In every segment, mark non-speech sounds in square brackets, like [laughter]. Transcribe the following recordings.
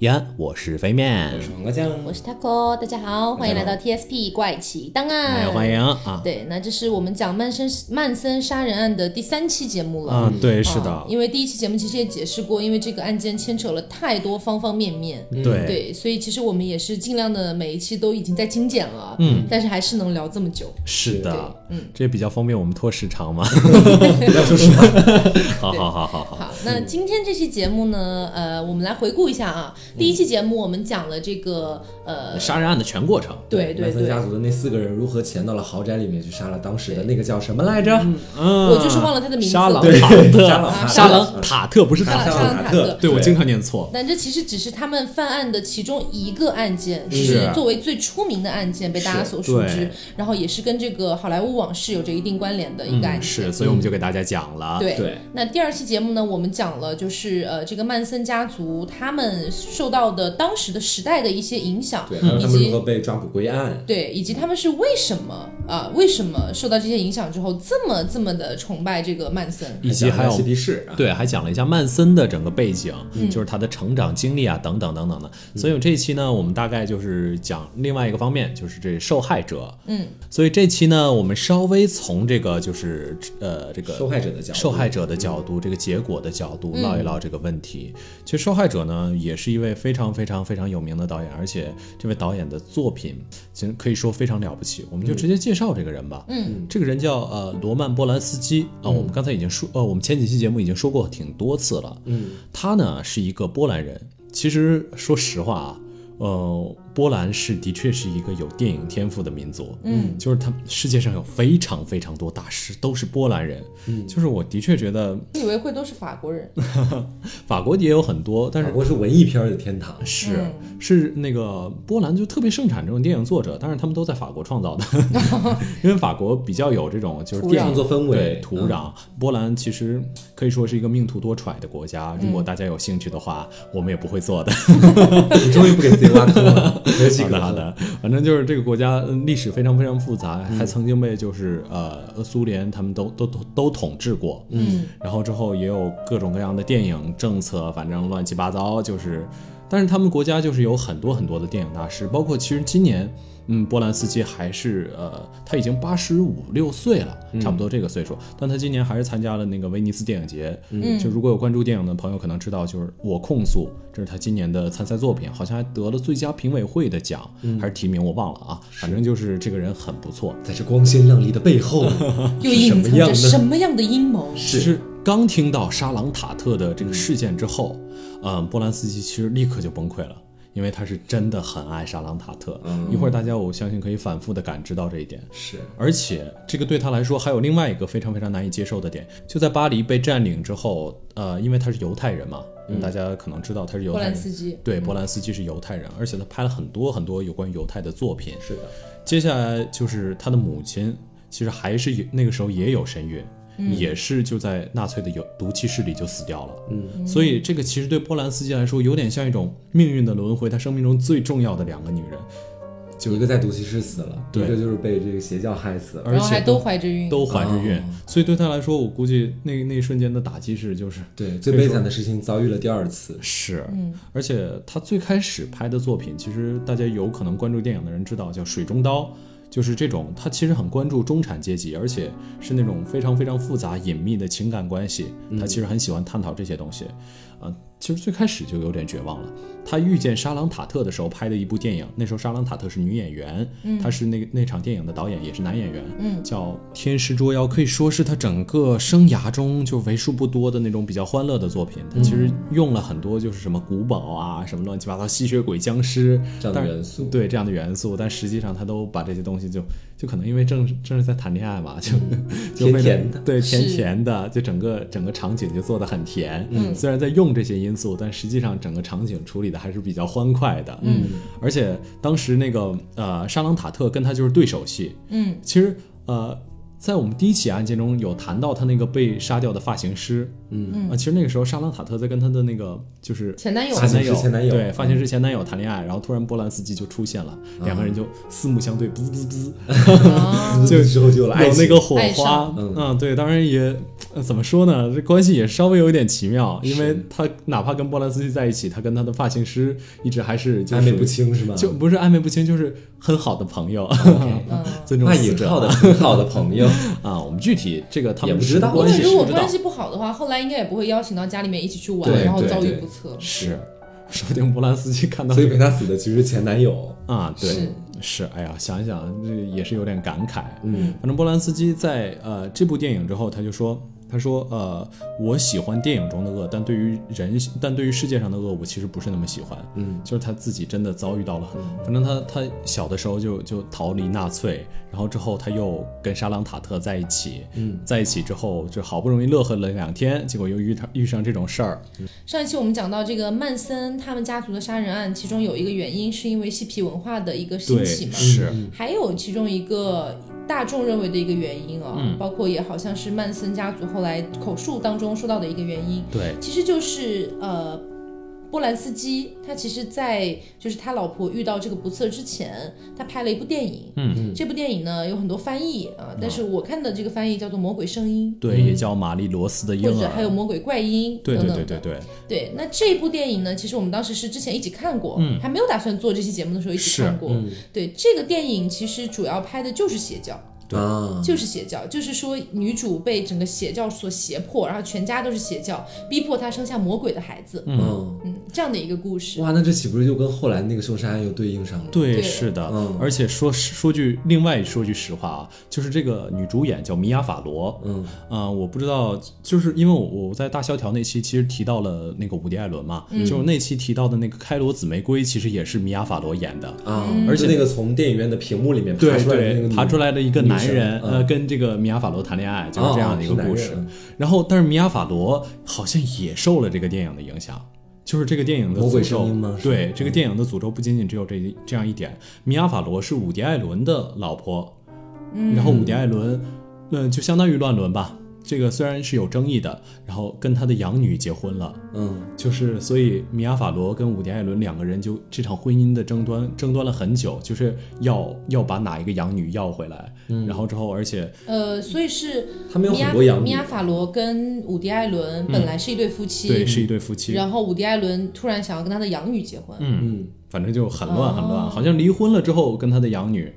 呀我是肥面嗯我，是黄瓜酱，我是 Taco，大家好，欢迎来到 TSP 怪奇档案，哎，欢迎。啊对，那这是我们讲曼森曼森杀人案的第三期节目了。啊，对，是的，啊因为第一期节目其实也解释过，因为这个案件牵扯了太多方方面面。对，对，所以其实我们也是尽量的，每一期都已经在精简了，嗯，但是还是能聊这么久。是对的，嗯，这比较方便我们拖时长嘛，不要说实话，好好好好好，好，那今天这期节目呢，呃，我们来回顾一下啊，第一期节目我们讲了这个呃，杀人案的全过程，对 [laughs] 对曼森对，家族的那四个人如何潜到了豪宅里面去杀了当时的那个叫什么来着？嗯，我就是忘了他的名字沙朗对塔沙朗特，塔沙朗塔特不是塔沙特，朗沙朗塔特。对我经常念错，但这其实只是他们犯案的其中一个案件，只是是作为最出名的案件被大家所熟对知，然后也是跟这个好莱坞往事有着一定关联的一个案嗯，件。是，所以我们就给大家讲了，对对那第二期节目呢，我们讲了就是呃这个曼森家族他们受到的当时的时代的一些影响，对，嗯还有以他们如何及被抓捕归案，对，以及他们是为什么啊、为什么受到这些影响之后这么这么的崇拜这个曼森？以及还还有有嬉皮士啊，嗯对，还讲了一下曼森的整个背景，就是他的成长经历啊，等等等等的。所以这一期呢，我们大概就是讲另外一个方面，就是这受害者。嗯，所以这期呢，我们稍微从这个就是呃这个受害者的角度，嗯受害者的角度、这个结果的角度唠一唠这个问题。其实受害者呢，也是一位非常非常非常有名的导演，而且这位导演的作品其实可以说非常了不起。我们就直接介绍这个人吧。嗯，这个人叫呃罗曼·波兰斯基啊、嗯我们刚才已经说呃，我们前几期节目已经说过挺多次了。嗯，他呢是一个波兰人。其实说实话啊，呃，波兰是的确是一个有电影天赋的民族。嗯，就是他世界上有非常非常多大师都是波兰人。嗯，就是我的确觉得你以为会都是法国人？法国也有很多，但法是国是文艺片儿的天堂，是、是那个波兰就特别盛产这种电影作者，但是他们都在法国创造的， [laughs] 因为法国比较有这种就是土壤电影创作氛对围，土壤，波兰其实可以说是一个命途多舛的国家。如果大家有兴趣的话，我们也不会做的。你终于不给自己挖 [laughs] 坑了，没有几好个的好的，嗯反正就是这个国家嗯历史非常非常复杂，还曾经被就是呃苏联他们都都都都统治过。嗯，然后之后也有各种各样的电影政策，反正乱七八糟，就是，但是他们国家就是有很多很多的电影大师，包括其实今年，嗯，波兰斯基还是呃，他已经八十五六岁了，差不多这个岁数，但他今年还是参加了那个威尼斯电影节，嗯就如果有关注电影的朋友可能知道，就是我控诉，这是他今年的参赛作品，好像还得了最佳评委会的奖，嗯还是提名，我忘了啊，反正就是这个人很不错，在这光鲜亮丽的背 [laughs] 后，又是什隐么藏样着的？什么样的阴谋？其实刚听到沙朗塔特的这个事件之后，嗯，波兰斯基其实立刻就崩溃了。因为他是真的很爱沙朗塔特，嗯一会儿大家我相信可以反复的感知到这一点。是而且这个对他来说还有另外一个非常非常难以接受的点，就在巴黎被占领之后，呃，因为他是犹太人嘛，因为大家可能知道他是犹嗯波太兰人，斯基，对，波兰斯基是犹太人，而且他拍了很多很多有关于犹太的作品。是的，接下来就是他的母亲，其实还是有那个时候也有身孕，嗯也是就在纳粹的有毒气室里就死掉了。嗯，所以这个其实对波兰斯基来说，有点像一种命运的轮回，他生命中最重要的两个女人，就一个在毒气室死了，一对个就是被这个邪教害死了，而然后还且都怀着孕，都怀着孕，所以对他来说，我估计那那一瞬间的打击是就是对，最悲惨的事情遭遇了第二次，是，而且他最开始拍的作品，其实大家有可能关注电影的人知道，叫《水中刀》，就是这种，他其实很关注中产阶级，而且是那种非常非常复杂隐秘的情感关系，他其实很喜欢探讨这些东西。呃，其实最开始就有点绝望了。他遇见沙朗塔特的时候拍的一部电影，那时候沙朗塔特是女演员，她是那那场电影的导演，也是男演员，嗯叫《天师捉妖》，可以说是他整个生涯中就为数不多的那种比较欢乐的作品。他其实用了很多就是什么古堡啊，什么乱七八糟吸血鬼、僵尸这样的但是元素对这样的元素，但实际上他都把这些东西就就可能因为正正是在谈恋爱嘛，就、 [laughs] 就非甜常甜的对甜是甜的，就整个整个场景就做的很甜。嗯，虽然在用这些因素，但实际上整个场景处理的还是比较欢快的。嗯，而且当时那个呃沙朗塔特跟他就是对手戏。嗯，其实呃。在我们第一起案件中有谈到他那个被杀掉的发型师，嗯啊，其实那个时候沙朗塔特在跟他的那个就是前男友前男友发型师前男友嗯对发型师前男友谈恋爱，然后突然波兰斯基就出现了，两个人就四目相对，滋滋滋，啊，之后就有了爱有情那个火爱花上，嗯嗯，对，当然也呃怎么说呢？这关系也稍微有一点奇妙，因为他哪怕跟波兰斯基在一起，他跟他的发型师一直还是就暧是昧不，清是吗？就不是暧昧不清，就是很好的朋友，嗯。 [laughs] 尊重那死也啊者靠的很好的朋 [laughs] 友，啊。我们具体这个他们也不知道什么关因系为如是果不知道关，系不好的话，后来应该也不会邀请到家里面一起去玩，对然后对遭遇对不测。是，说不定波兰斯基看到所以陪他死的其实是前男友。啊，对，是是哎呀，想一想这也是有点感慨。嗯，反正波兰斯基在呃这部电影之后，他就说，他说呃，我喜欢电影中的恶，但对于人，但对于世界上的恶，我其实不是那么喜欢。嗯，就是他自己真的遭遇到了很，反正他他小的时候就就逃离纳粹，然后之后他又跟沙朗塔特在一起，嗯，在一起之后就好不容易乐呵了两天，结果又遇上遇上这种事儿，上一期我们讲到这个曼森他们家族的杀人案，其中有一个原因是因为嬉皮文化的一个兴对，起嘛，是，嗯还有其中一个大众认为的一个原因啊、嗯包括也好像是曼森家族后来口述当中说到的一个原因，对，其实就是呃，波兰斯基他其实在，就是他老婆遇到这个不测之前，他拍了一部电影。嗯嗯这部电影呢有很多翻译啊，但是我看的这个翻译叫做《魔鬼声音对，也叫玛丽罗斯的》，婴嗯或者儿，还有《魔鬼怪音》对等对对等的。对对，对那这部电影呢，其实我们当时是之前一起看过，还没有打算做这期节目的时候一起嗯是看过。对这个电影，其实主要拍的就是邪教。对啊，就是邪教，就是说女主被整个邪教所胁迫，然后全家都是邪教，逼迫她生下魔鬼的孩子，嗯，嗯，这样的一个故事。哇，那这岂不是就跟后来那个凶杀案又对应上了？对，对是的，嗯而且说说句另外说句实话啊，就是这个女主演叫米娅法罗，嗯啊、我不知道，就是因为我我在大萧条那期其实提到了那个伍迪·艾伦嘛，嗯就是那期提到的那个开罗紫玫瑰，其实也是米娅法罗演的。啊，而且就那个从电影院的屏幕里面爬对出来的那个对，女爬出来的一个男人，女生嗯呃，跟这个米娅法罗谈恋爱，就是这样的一个哦是男故事。人然后，但是米娅法罗好像也受了这个电影的影响，就是这个电影的魔鬼诅咒声音吗是对，这个电影的诅咒不仅仅只有这一这样一点。米娅法罗是伍迪·艾伦的老婆，然后伍迪·艾伦，嗯、就相当于乱伦吧。这个虽然是有争议的，然后跟他的养女结婚了，嗯，就是所以米娅法罗跟伍迪·艾伦两个人就这场婚姻的争端争端了很久，就是要要把哪一个养女要回来，嗯然后之后而且呃，所以是他们有米很娅多养米女娅，法罗跟伍迪·艾伦本来是一对夫妻，对是一对夫妻，然后伍迪·艾伦突然想要跟他的养女结婚，嗯，反正就很乱哦很乱，好像离婚了之后跟他的养女，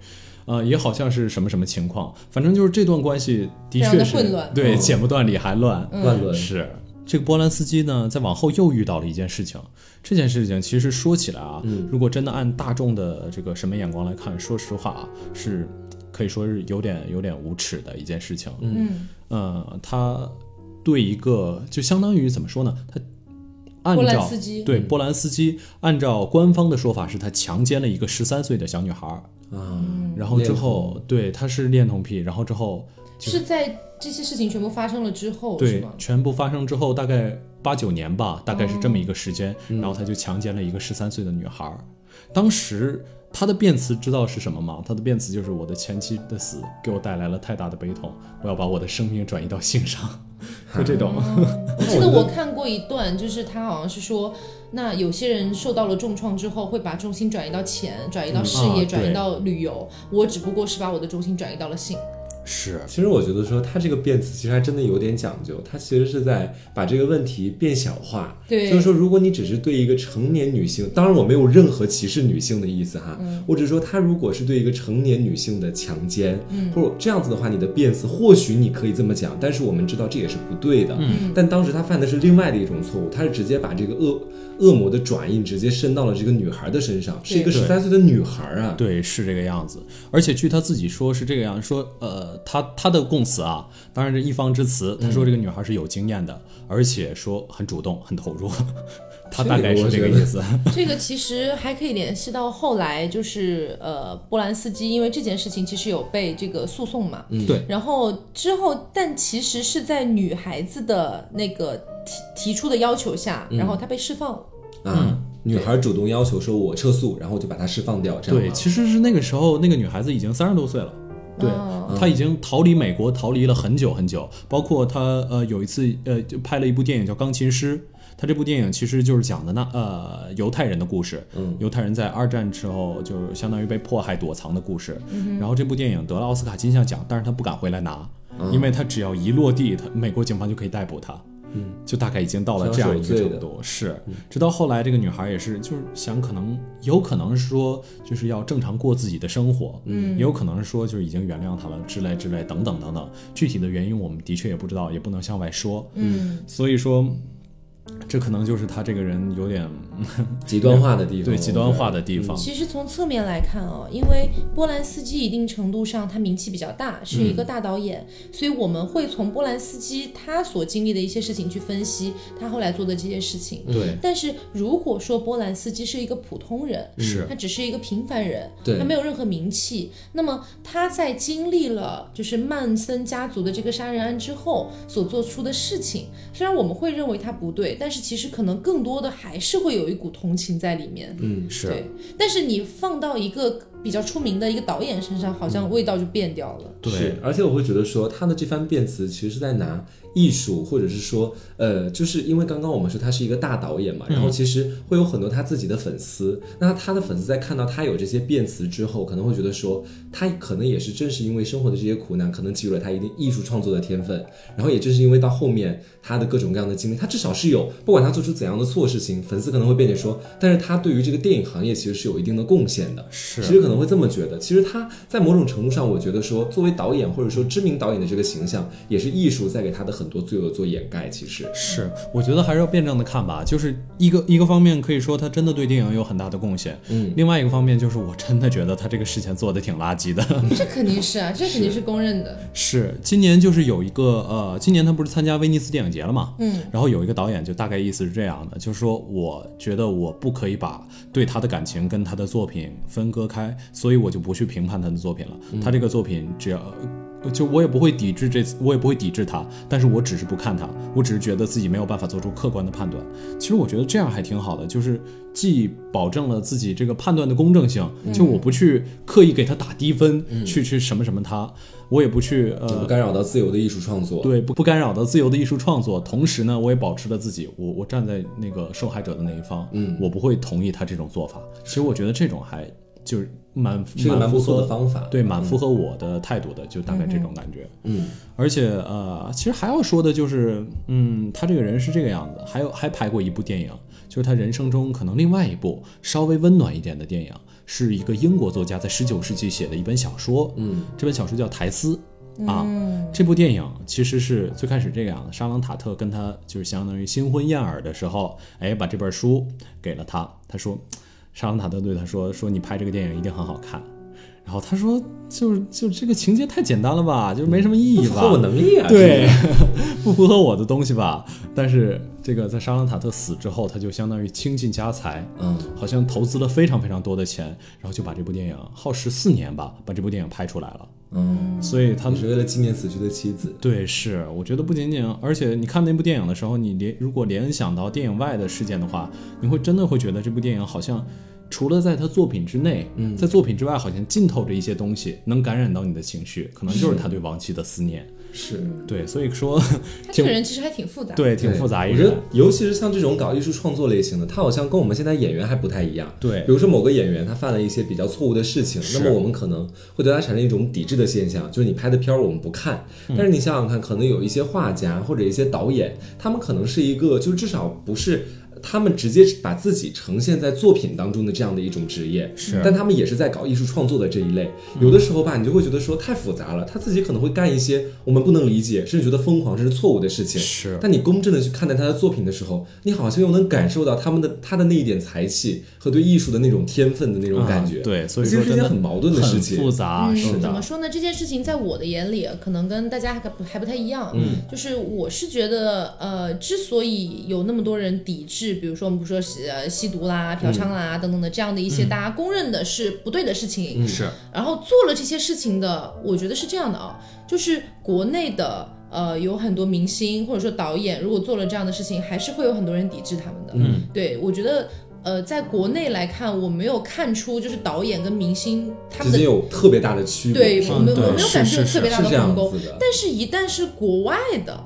呃，也好像是什么什么情况，反正就是这段关系的非常确的是混乱嗯对嗯剪不断理还乱，乱伦，是这个波兰斯基呢，在往后又遇到了一件事情，这件事情其实说起来啊，如果真的按大众的这个审美眼光来看，说实话啊，是可以说是有点有点无耻的一件事情，嗯，呃，他对一个就相当于怎么说呢？他按波兰照斯基对波兰斯基按照官方的说法是他强奸了一个十三岁的小女孩儿，啊，嗯然后之恋后对他是恋童癖，然后之后是在这些事情全部发生了之后，哦是对吗？全部发生之后大概八九年吧，大概是这么一个时哦间，嗯然后他就强奸了一个十三岁的女孩儿，当时。他的辩词知道是什么吗？他的辩词就是我的前妻的死给我带来了太大的悲痛，我要把我的生命转移到性上，就这种。我记得我看过一段，就是他好像是说，那有些人受到了重创之后，会把重心转移到钱，转移到事啊业，转移对到旅游。我只不过是把我的重心转移到了性。 [laughs] 是，其实我觉得说他这个辩词其实还真的有点讲究，他其实是在把这个问题变小化。对就是说如果你只是对一个成年女性，当然我没有任何歧视女性的意思哈，我只是说他如果是对一个成年女性的强奸，嗯，或者这样子的话，你的辩词或许你可以这么讲，但是我们知道这也是不对的。嗯，但当时他犯的是另外的一种错误，他是直接把这个恶恶魔的转印直接伸到了这个女孩的身上，是一个对十三岁的女孩啊。对，是这个样子。而且据他自己说是这个样，说呃，他他的供词啊，当然是一方之词，他说这个女孩是有经验的，而且说很主动、很投入， [laughs] 他大概是这个意思。这个其实还可以联系到后来，就是呃，波兰斯基因为这件事情其实有被这个诉讼嘛，嗯对。然后之后，但其实是在女孩子的那个提提出的要求下，然后他被释放了。嗯啊，女孩主动要求说我撤诉，然后我就把她释放掉，这样啊对，吗其实是那个时候，那个女孩子已经三十多岁了。对哦，嗯她已经逃离美国，逃离了很久很久。包括她呃有一次呃就拍了一部电影叫《钢琴师》，她这部电影其实就是讲的那呃犹太人的故事，嗯犹太人在二战之后就是相当于被迫害躲藏的故事。然后这部电影得了奥斯卡金像奖，但是她不敢回来拿。因为他只要一落地，他美国警方就可以逮捕他。嗯，就大概已经到了这样一个程度，是。直到后来，这个女孩也是，就是想可能有可能是说，就是要正常过自己的生活，嗯，也有可能是说就是已经原谅他了之类之类等等等等。具体的原因我们的确也不知道，也不能向外说。嗯，所以说，这可能就是他这个人有点嗯极端化的地方，对极端化的地方。其实从侧面来看哦，因为波兰斯基一定程度上他名气比较大，是一个大导演，所以我们会从波兰斯基他所经历的一些事情去分析他后来做的这些事情。对，但是如果说波兰斯基是一个普通人，是他只是一个平凡人，对他没有任何名气，那么他在经历了就是曼森家族的这个杀人案之后所做出的事情，虽然我们会认为他不对，但是其实可能更多的还是会有一股同情在里面。嗯，是对，但是你放到一个比较出名的一个导演身上，好像味道就变掉了。对是，而且我会觉得说，他的这番辩词其实是在拿艺术，或者是说，呃，就是因为刚刚我们说他是一个大导演嘛，然后其实会有很多他自己的粉丝，那他的粉丝在看到他有这些辩词之后，可能会觉得说，他可能也是正是因为生活的这些苦难，可能给予了他一定艺术创作的天分，然后也正是因为到后面他的各种各样的经历，他至少是有，不管他做出怎样的错事情，粉丝可能会辩解说，但是他对于这个电影行业其实是有一定的贡献的，其是实可能会这么觉得。其实他在某种程度上，我觉得说，作为导演或者说知名导演的这个形象，也是艺术在给他的很多罪恶做掩盖。其实，是，我觉得还是要辩证的看吧。就是一个一个方面可以说他真的对电影有很大的贡献，嗯，另外一个方面就是我真的觉得他这个事情做的挺垃圾的。这肯定是啊，这肯定是公认的。是，今年就是有一个呃，今年他不是参加威尼斯电影节了嘛？嗯，然后有一个导演就大概意思是这样的，就是说我觉得我不可以把对他的感情跟他的作品分割开，所以我就不去评判他的作品了。他这个作品只要。呃就我也不会抵制这，我也不会抵制他，但是我只是不看他，我只是觉得自己没有办法做出客观的判断。其实我觉得这样还挺好的，就是既保证了自己这个判断的公正性，嗯就我不去刻意给他打低分，去去什么什么他，我也不去也不呃，干扰到自由的艺术创作。对不不干扰到自由的艺术创作，同时呢，我也保持了自己，我我站在那个受害者的那一方，嗯，我不会同意他这种做法。其实我觉得这种还就是蛮是个蛮不符错的合方法。对蛮符合我的态度的，就大概这种感觉。嗯，而且呃，其实还要说的就是，嗯，他这个人是这个样子，还有还拍过一部电影，就是他人生中可能另外一部稍微温暖一点的电影，是一个英国作家在十九世纪写的一本小说，嗯，这本小说叫《苔丝》啊。嗯这部电影其实是最开始这个样的，沙朗塔特跟他就是相当于新婚燕尔的时候，哎，把这本书给了他，他说，沙朗塔特对他说，说你拍这个电影一定很好看。然后他说：“就是就这个情节太简单了吧，就是没什么意不义符吧。合我能力啊。对， [laughs] 不符合我的东西吧。但是这个在沙朗塔特死之后，他就相当于倾尽家财，嗯，好像投资了非常非常多的钱，然后就把这部电影耗时四年吧，把这部电影拍出来了。嗯，所以他也们是为了纪念死去的妻子。对，是我觉得不仅仅，而且你看那部电影的时候，你联如果联想到电影外的事件的话，你会真的会觉得这部电影好像。除了在他作品之内，嗯，在作品之外，好像浸透着一些东西，能感染到你的情绪，可能就是他对亡妻的思念。是，对，所以说，他这个人其实还挺复杂。，对，挺复杂一我个觉人。得，尤其是像这种搞艺术创作类型的，他好像跟我们现在演员还不太一样。对比如说某个演员他犯了一些比较错误的事情，是那么我们可能会对他产生一种抵制的现象，就是你拍的片儿我们不看。嗯但是你想想看，可能有一些画家或者一些导演，他们可能是一个，就至少不是。他们直接把自己呈现在作品当中的这样的一种职业，是但他们也是在搞艺术创作的这一类。有的时候吧，你就会觉得说太复杂了，他自己可能会干一些我们不能理解，甚至觉得疯狂，甚至错误的事情。是但你公正的去看待他的作品的时候，你好像又能感受到他们的他的那一点才气和对艺术的那种天分的那种感觉。啊对，所以其说实是真一件的很矛盾的事情很复杂，啊是嗯，怎么的，说呢？这件事情在我的眼里，可能跟大家还不还不太一样。嗯，就是我是觉得，呃，之所以有那么多人抵制，比如说我们不说吸呃吸毒啦、嫖娼啦、等等的这样的一些大家公认的是不对的事嗯情，嗯是然后做了这些事情的，我觉得是这样的啊，就是国内的呃有很多明星或者说导演，如果做了这样的事情，还是会有很多人抵制他们的。嗯，对我觉得呃，在国内来看，我没有看出就是导演跟明星他之们的间有特别大的区别。对是我没有对我没有感是觉有是特别大是的这鸿样沟，子的。但是一旦是国外的。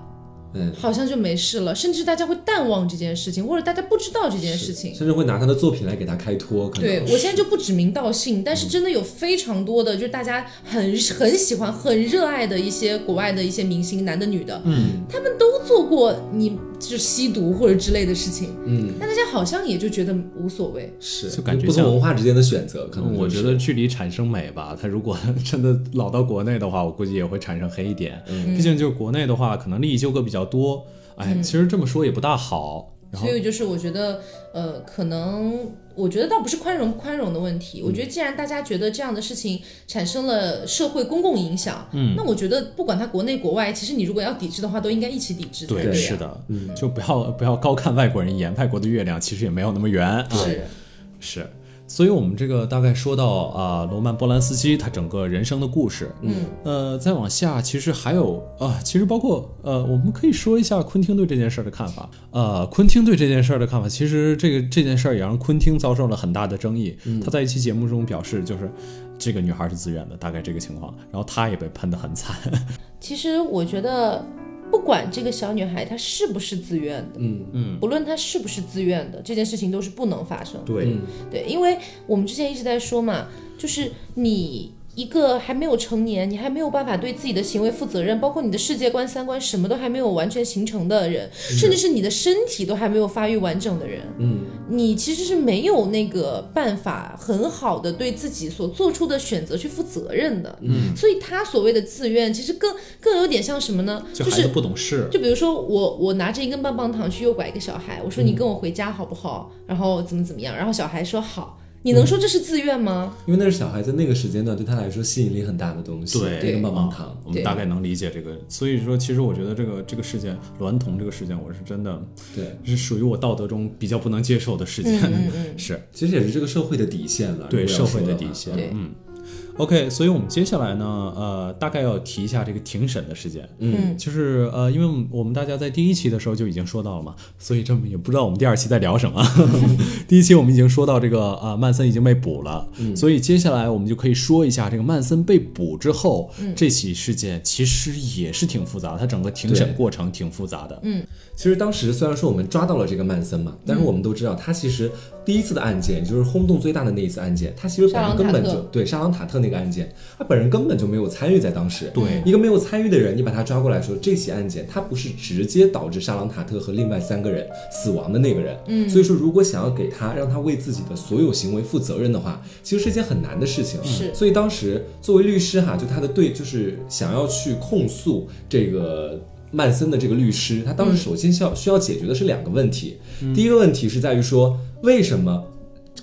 嗯，好像就没事了，甚至大家会淡忘这件事情，或者大家不知道这件事情。甚至会拿他的作品来给他开脱。可能对我现在就不指名道姓，但是真的有非常多的，就是大家很很喜欢、很热爱的一些国外的一些明星，男的女的，嗯，他们都做过你就是吸毒或者之类的事情，嗯，但大家好像也就觉得无所谓。是就感觉不同像文化之间的选择，可能我嗯就觉是得距离产生美吧，它如果 [laughs] 真的老到国内的话，我估计也会产生黑一点。嗯毕竟就是国内的话，可能利益纠葛比较多。哎，其实这么说也不大好。然后所以就是我觉得，呃，可能我觉得倒不是宽容不宽容的问题，我觉得嗯既然大家觉得这样的事情产生了社会公共影响，嗯，那我觉得不管它国内国外，其实你如果要抵制的话，都应该一起抵制才对，啊是，的，嗯，就不要不要高看外国人一眼，外国的月亮其实也没有那么圆 [laughs] 啊。是，是，所以我们这个大概说到啊、罗曼·波兰斯基他整个人生的故事，嗯，呃，再往下其实还有啊、其实包括呃，我们可以说一下昆汀对这件事儿的看法。呃，昆汀对这件事儿的看法，其实这个这件事儿也让昆汀遭受了很大的争议。嗯他在一期节目中表示，就是这个女孩是自愿的，大概这个情况，然后他也被喷得很惨。其实我觉得，不管这个小女孩她是不是自愿的，嗯嗯，不论她是不是自愿的，这件事情都是不能发生的。对嗯对，因为我们之前一直在说嘛，就是你一个还没有成年，你还没有办法对自己的行为负责任，包括你的世界观、三观什么都还没有完全形成的人，甚至是你的身体都还没有发育完整的人，嗯，你其实是没有那个办法很好的对自己所做出的选择去负责任的。嗯，所以他所谓的自愿，其实更更有点像什么呢？就就孩是子不懂事，就比如说我我拿着一根棒棒糖去诱拐一个小孩，我说嗯你跟我回家好不好？然后怎么怎么样？然后小孩说好，你嗯能说这是自愿吗？因为那是小孩在那个时间段对他来说吸引力很大的东西，对一个棒棒糖。我们大概能理解这个。所以说，其实我觉得这个这个事件，栾童这个事件，我是真的对，是属于我道德中比较不能接受的事件，[laughs] 嗯是。其实也是这个社会的底线了，对如果要社说会的话底线。对嗯，OK，所以我们接下来呢，呃，大概要提一下这个庭审的事件。嗯，就是呃，因为我们我们大家在第一期的时候就已经说到了嘛，所以这么也不知道我们第二期在聊什 [laughs] 么。第一期我们已经说到这个啊、曼森已经被捕了，嗯所以接下来我们就可以说一下这个曼森被捕之后，嗯这起事件其实也是挺复杂的，它整个庭审对过程挺复杂的。嗯，其实当时虽然说我们抓到了这个曼森嘛，但是我们都知道他其实第一次的案件，也就是轰动最大的那一次案件，他其实本人根本沙朗塔就特对沙朗塔特那个案件，他本人根本就没有参与在当时。对，一个没有参与的人，你把他抓过来说这起案件，他不是直接导致沙朗塔特和另外三个人死亡的那个人。嗯，所以说如果想要给他让他为自己的所有行为负责任的话，其实是一件很难的事情。啊是所以当时作为律师哈，就他的对，就是想要去控诉这个。曼森的这个律师，他当时首先需要、需要解决的是两个问题。第一个问题是在于说，为什么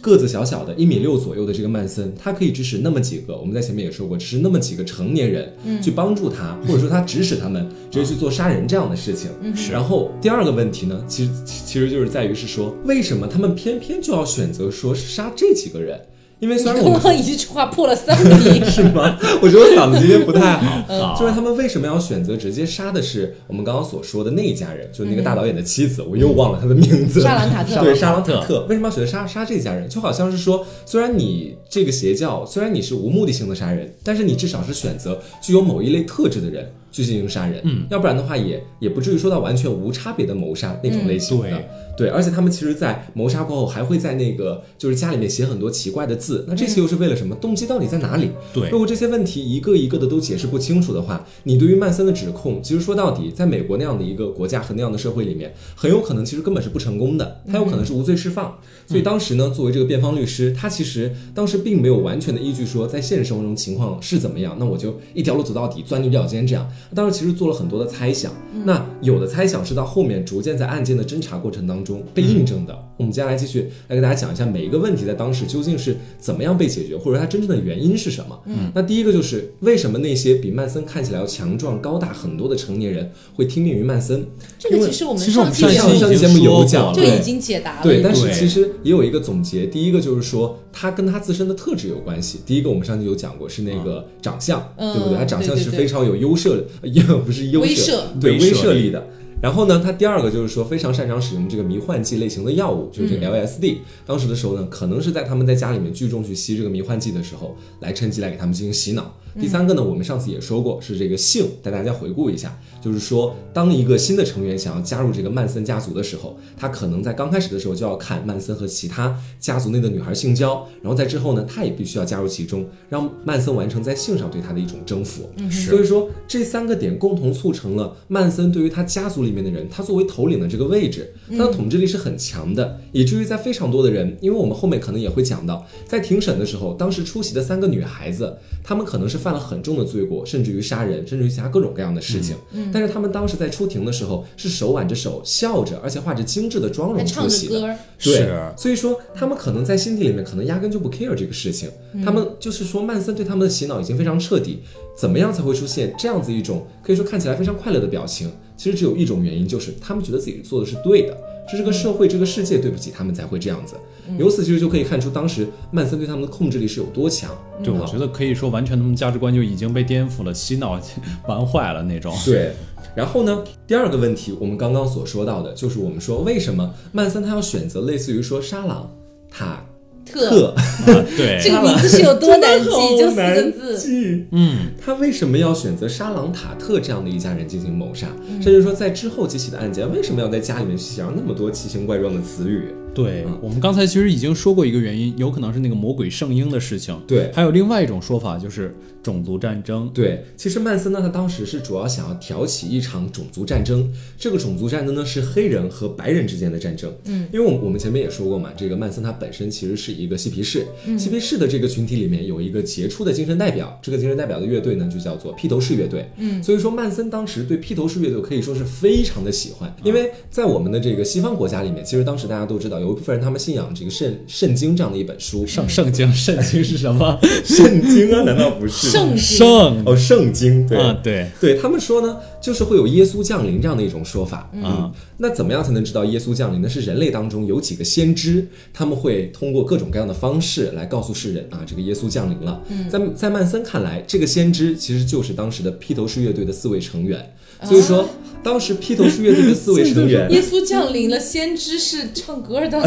个子小小的，一米六左右的这个曼森，他可以指使那么几个，我们在前面也说过，指使那么几个成年人、去帮助他，或者说他指使他们直接去做杀人这样的事情。是然后第二个问题呢，其实其其实就是在于是说，为什么他们偏偏就要选择说是杀这几个人？因为虽然我 [laughs] 们刚刚一句话破了三厘是吗？ [laughs] 我觉得我嗓子今天不太好，嗯就是他们为什么要选择直接杀的是我们刚刚所说的那一家人，就那个大导演的妻子，我又忘了他的名字，沙朗塔特对，沙朗塔沙朗塔特，为什么要选择杀杀这家人？就好像是说，虽然你这个邪教，虽然你是无目的性的杀人，但是你至少是选择具有某一类特质的人去进行杀人，嗯，要不然的话也也不至于说到完全无差别的谋杀那种类型的。嗯对对，而且他们其实，在谋杀过后，还会在那个就是家里面写很多奇怪的字。那这些又是为了什么？动机到底在哪里？对如果这些问题一个一个的都解释不清楚的话，你对于曼森的指控，其实说到底，在美国那样的一个国家和那样的社会里面，很有可能其实根本是不成功的，他有可能是无罪释放。所以当时呢，作为这个辩方律师，他其实当时并没有完全的依据说在现实生活中情况是怎么样，那我就一条路走到底，钻牛角尖这样。当时其实做了很多的猜想，嗯那有的猜想是到后面逐渐在案件的侦查过程当中被印证嗯的。我们接下来继续来给大家讲一下每一个问题在当时究竟是怎么样被解决，或者它真正的原因是什么。嗯，那第一个就是为什么那些比曼森看起来要强壮、高大很多的成年人会听命于曼森？ [laughs] 这个其实我们其实我上们期上上讲期已上经期节目说有过讲了就对已经解答了，对，但是对其实也有一个总结，第一个就是说，它跟他自身的特质有关系。第一个我们上期有讲过是那个长相，嗯对不对？他长对相对是对呃非常有优势，也不是优威慑慑，对威威慑慑力力的。然后呢，他第二个就是说非常擅长使用这个迷幻剂类型的药物，就是这个 LSD、当时的时候呢，可能是在他们在家里面聚众去吸这个迷幻剂的时候，来趁机来给他们进行洗脑。第三个呢，我们上次也说过是这个性，带大家回顾一下，就是说当一个新的成员想要加入这个曼森家族的时候，他可能在刚开始的时候就要看曼森和其他家族内的女孩性交，然后在之后呢，他也必须要加入其中，让曼森完成在性上对他的一种征服。嗯，所以说这三个点共同促成了曼森对于他家族里面的人，他作为头领的这个位置，他嗯的统治力是很强的，以至于在非常多的人，因为我们后面可能也会讲到，在庭审的时候，当时出席的三个女孩子，她们可能是犯了很重的罪过，甚至于杀人，甚至于其他各种各样的事情，嗯但是她们当时在出庭的时候是手挽着手，笑着，而且画着精致的妆还容唱出着席的。歌儿，对是，所以说他们可能在心底里面可能压根就不 care 这个事情，他们就是说曼森对他们的洗脑已经非常彻底，怎么样才会出现这样子一种可以说看起来非常快乐的表情？其实只有一种原因，就是他们觉得自己做的是对的，这是个社会这个世界对不起他们才会这样子。由此其实就可以看出当时曼森对他们的控制力是有多强。对，我觉得可以说完全他们价值观就已经被颠覆了，洗脑 [laughs] 玩坏了那种。对。然后呢，第二个问题，我们刚刚所说到的，就是我们说为什么曼森他要选择类似于说沙朗、塔特啊 [laughs] 对，这个名字是有多难记真的好，就四个难字。记嗯，他为什么要选择沙朗塔特这样的一家人进行谋杀？嗯甚至说在之后几起的案件，为什么要在家里面去想那么多奇形怪状的词语？对，嗯我们刚才其实已经说过一个原因，有可能是那个魔鬼圣婴的事情。对还有另外一种说法就是种族战争。对，其实曼森呢，他当时是主要想要挑起一场种族战争。这个种族战争呢，是黑人和白人之间的战争。嗯，因为我们我们前面也说过嘛，这个曼森他本身其实是一个嬉皮士。嬉皮士的这个群体里面有一个杰出的精神代表，这个精神代表的乐队呢，就叫做披头士乐队。嗯，所以说曼森当时对披头士乐队可以说是非常的喜欢，因为在我们的这个西方国家里面，其实当时大家都知道，有一部分人他们信仰这个圣圣经这样的一本书。圣圣经，圣经是什么？ [laughs] 圣经啊，难道不是圣经，圣哦，圣经对。啊，对，对他们说呢，就是会有耶稣降临这样的一种说法。嗯，那怎么样才能知道耶稣降临呢？是人类当中有几个先知，他们会通过各种各样的方式来告诉世人啊，这个耶稣降临了。嗯在在曼森看来，这个先知其实就是当时的披头士乐队的四位成员。哦所以说，当时披头士乐队的四位 [laughs] 成员耶稣降临了，先知是唱歌 [laughs] 的，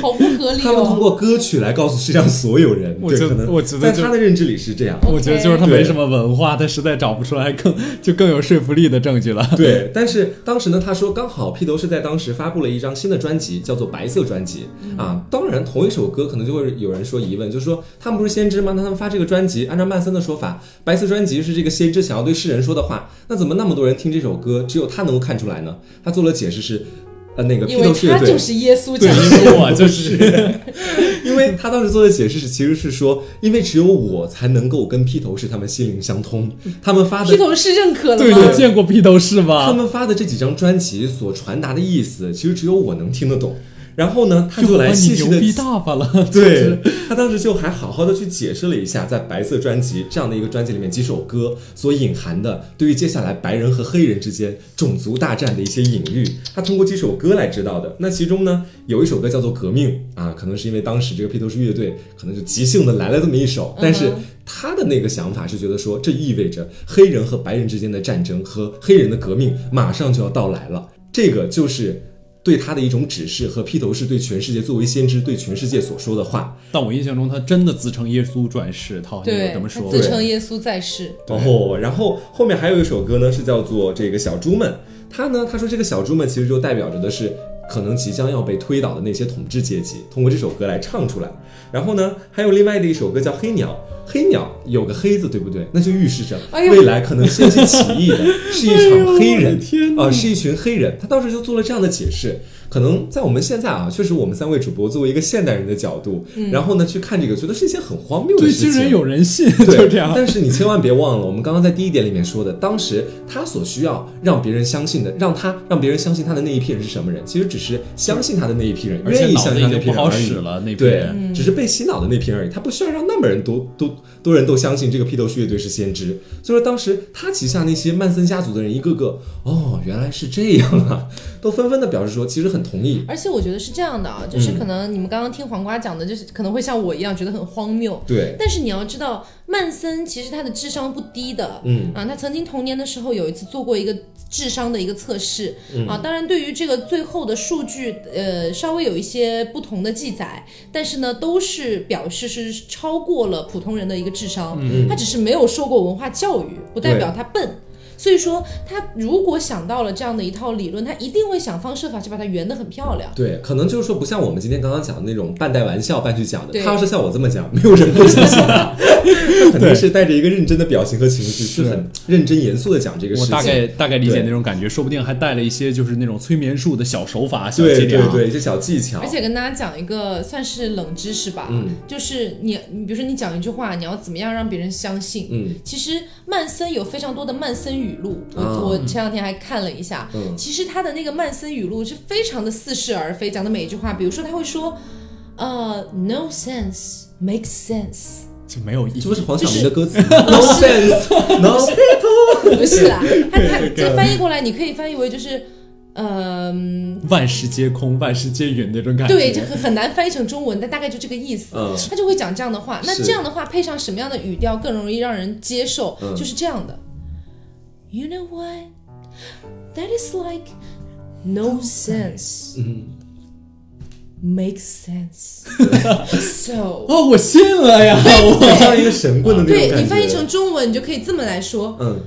好不合理他们通哦。过歌曲来告诉世上所有人。我对觉可能我觉得在就他的认知里是这样。我觉得就是他 OK 没什么文化，他实在找不出来更就更有说服力的证据了。对，但是当时呢，他说刚好披头士在当时发布了一张新的专辑，叫做《白色专辑》嗯啊。当然，同一首歌可能就会有人说疑问，就是说他们不是先知吗？那他们发这个专辑，按照曼森的说法，《白色专辑》是这个先知想要对世人说的话，那怎么那么多人听这首歌，只有他能够看出来呢？他做了解释是，呃，那个披因为头士乐他队就是耶稣对，降因临，为我 [laughs] 就是，因为他当时做的解释是，其实是说，因为只有我才能够跟披头士他们心灵相通，嗯他们发的披头士认可了对，你吗？见过披头士他吗？们发的这几张专辑所传达的意思，其实只有我能听得懂。然后呢，他就来你细牛细的，逼大发了，对 [laughs] 他当时就还好好的去解释了一下，在白色专辑这样的一个专辑里面几首歌所隐含的对于接下来白人和黑人之间种族大战的一些隐喻，他通过几首歌来知道的。那其中呢，有一首歌叫做《革命》啊，可能是因为当时这个披头士乐队可能就即兴的来了这么一首，但是。他的那个想法是觉得说，这意味着黑人和白人之间的战争和黑人的革命马上就要到来了。这个就是对他的一种指示和披头士对全世界作为先知对全世界所说的话。但我印象中他真的自称耶稣转世，他好像有对，这么他说过自。称耶稣在世，哦，然后后面还有一首歌呢，是叫做这个小猪们。他呢，他说这个小猪们其实就代表着的是可能即将要被推倒的那些统治阶级，通过这首歌来唱出来。然后呢，还有另外的一首歌叫《黑鸟》。黑鸟有个黑字，对不对？那就预示着哎呀未来可能掀起起义 [laughs] 的是一场哎黑人，啊、是一群黑人。他当时就做了这样的解释。可能在我们现在啊，确实我们三位主播作为一个现代人的角度，然后呢去看这个，觉得是一件很荒谬的嗯对，事情。竟然有人信，对， [laughs] 就这样。但是你千万别忘了，我们刚刚在第一点里面说的，当时他所需要让别人相信的，让他让别人相信他的那一批人是什么人，其实只是相信他的那一批人，而且愿意脑相子信已他那经批不好人而已使。了，那批对人。，只是被洗脑的那批人而已，他不需要让那么人多多多人都相信这个披头士乐队是先知。所以说当时他旗下那些曼森家族的人，一个个哦，原来是这样啊，都纷纷的表示说其实很同意。而且我觉得是这样的啊，就是可能你们刚刚听黄瓜讲的，就是可能会像我一样觉得很荒谬。对，但是你要知道，曼森其实他的智商不低的，嗯啊，他曾经童年的时候有一次做过一个智商的一个测试，啊，当然对于这个最后的数据，呃，稍微有一些不同的记载，但是呢，都是表示是超过了普通人的一个智商，他只是没有受过文化教育，不代表他笨。所以说，他如果想到了这样的一套理论，他一定会想方设法去把它圆得很漂亮。对，可能就是说不像我们今天刚刚讲的那种半带玩笑半去讲的，对他要是像我这么讲，没有人会相信 [laughs] 他，他肯定是带着一个认真的表情和情绪，是很认真严肃的讲这个事我情。大概大概理解对那种感觉，说不定还带了一些就是那种催眠术的小手法、小伎对对俩。对，一些小技巧而，且跟大家讲一个算是冷知识吧，嗯就是你，你比如说你讲一句话，你要怎么样让别人相信？嗯其实曼森有非常多的曼森语录，我、啊我前两天还看了一下，嗯其实他的那个曼森语录是非常的似是而非，讲的每一句话，比如说他会说，呃，no sense makes sense， [laughs] 就没有意义。这不是黄晓明的 [laughs] 歌词吗？No sense，No sense，不是啦，他 [laughs] 他对这翻译过来，你可以翻译为就是，嗯、万事皆空，万事皆云那种感觉。对，这很很难翻译成中文，但大概就这个意思。嗯他就会讲这样的话，那是这样的话配上什么样的语调更容易让人接受？嗯就是这样的。You know why? That is like no sense. 嗯 Makes [laughs] sense. So，哦，我信了呀！我好像一个神棍的那种对感觉。你翻译成中文，你就可以这么来说：嗯，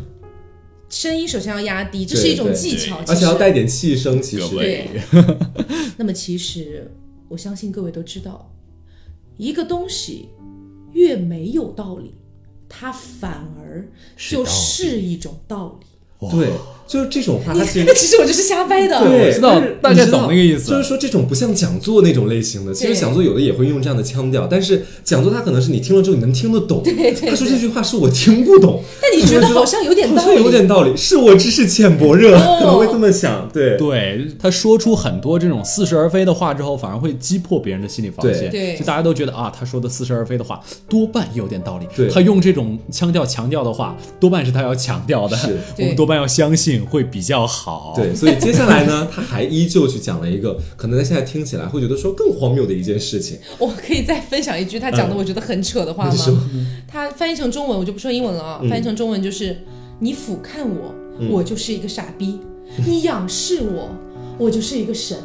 声音首先要压低，这对是一种对技巧，而其且实要带点气声，其实各位对。 [laughs] 那么其实我相信各位都知道，一个东西越没有道理，它反而就是一种道理。对，就是这种话，它其实 [laughs] 其实我就是瞎掰的。对，我知道但是大概你知道懂那个意思就是说这种不像讲座那种类型的，其实对讲座有的也会用这样的腔调，但是讲座它可能是你听了之后你能听得懂， [laughs] 对对他说这句话是我听不懂，但你觉得好像有点好道像理，有点道理，是我知识浅薄热，哦可能会这么想，对。对他说出很多这种似是而非的话之后，反而会击破别人的心理防线。对对就大家都觉得啊，他说的似是而非的话多半有点道理。对他用这种腔调强调的话，多半是他要强调的是， [laughs] 我们对多半要相信会比较好。对，所以接下来呢，他还依旧去讲了一个可能在现在听起来会觉得说更荒谬的一件事 [laughs] 情，我可以再分享一句他讲的嗯我觉得很扯的话你说吗？他翻译成中文，我就不说英文了嗯啊，翻译成中文就是：你俯瞰我，我就是一个傻 [laughs] 逼；你仰视我，我就是一个神；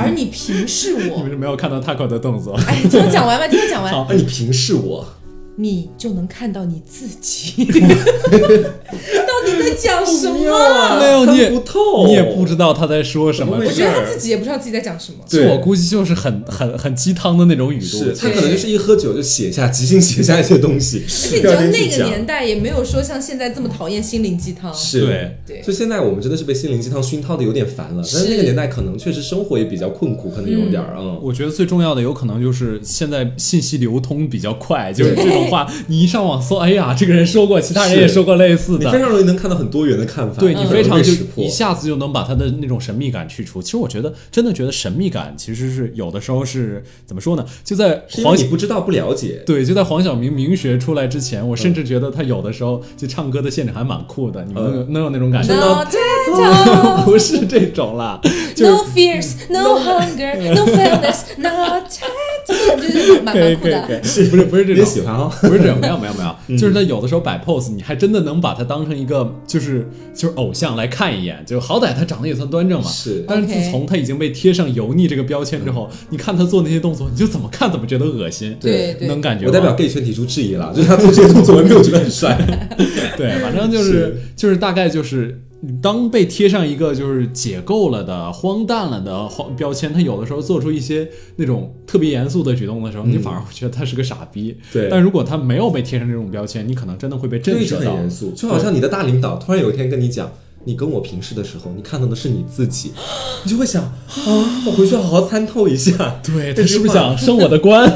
而你平视你我为，什么要看到 Taco 的动 [laughs] 作？哎，听我讲完吧，听我讲完。好啊，你平视我，你就能看到你自 [laughs] 己。到底在讲什么？没哎有，你也看不透你也不知道他在说什么我。我也觉得他自己也不知道自己在讲什么。就对我估计就是很很很鸡汤的那种语录。是他对可能就是一喝酒就写下即兴写下一些东西，而且你第知二道天那去个讲年代也没有说像现在这么讨厌心灵鸡汤。是对对就现在我们真的是被心灵鸡汤熏陶的有点烦了，但是是那个年代可能确实生活也比较困苦，可能有点儿嗯。我觉得最重要的有可能就是现在信息流通比较快，就是这种话，你一上网搜，哎呀，这个人说过，其他人是也说过类似嗯你非的，常容易能看到很多元的看法，对嗯你很非容易常就被识破一下子就能把他的那种神秘感去除。其实我觉得，真的觉得神秘感其实是有的时候是怎么说呢？就在是因为黄你不知道不了解，对，就在黄晓明明学出来之前，我甚至觉得他有的时候就唱歌的现场还蛮酷的，你们能有能有那种感觉真吗？ [laughs] 的嗯 No [laughs] title, 不是这种啦，就是 no fears, no hunger, [laughs] no failures, no title，就是蛮可以蛮酷可以的可以，。 [laughs] 不是不是这你也种喜欢哦。不是这样，没有没有没嗯有，就是他有的时候摆 pose，你还真的能把他当成一个就是就是偶像来看一眼，就好歹他长得也算端正嘛。是但是 OK 自从他已经被贴上油腻这个标签之嗯后，你看他做那些动作，你就怎么看怎么觉得恶心。对对能感觉吗。我代表 gay 圈提出质疑了， [laughs] 就是他做这些动作，我也没有觉得很帅。 [laughs] 对，反正就是是就是大概就是。当被贴上一个就是解构了的、荒诞了的荒标签，他有的时候做出一些那种特别严肃的举动的时候，你反而会觉得他是个傻逼。嗯对但如果他没有被贴上这种标签，你可能真的会被震一直慑很到。严肃，就好像你的大领导突然有一天跟你讲，你跟我平视的时候，你看到的是你自己，你就会想啊，我回去好好参透一下。对 [laughs] 这他是句不是话想升我的官？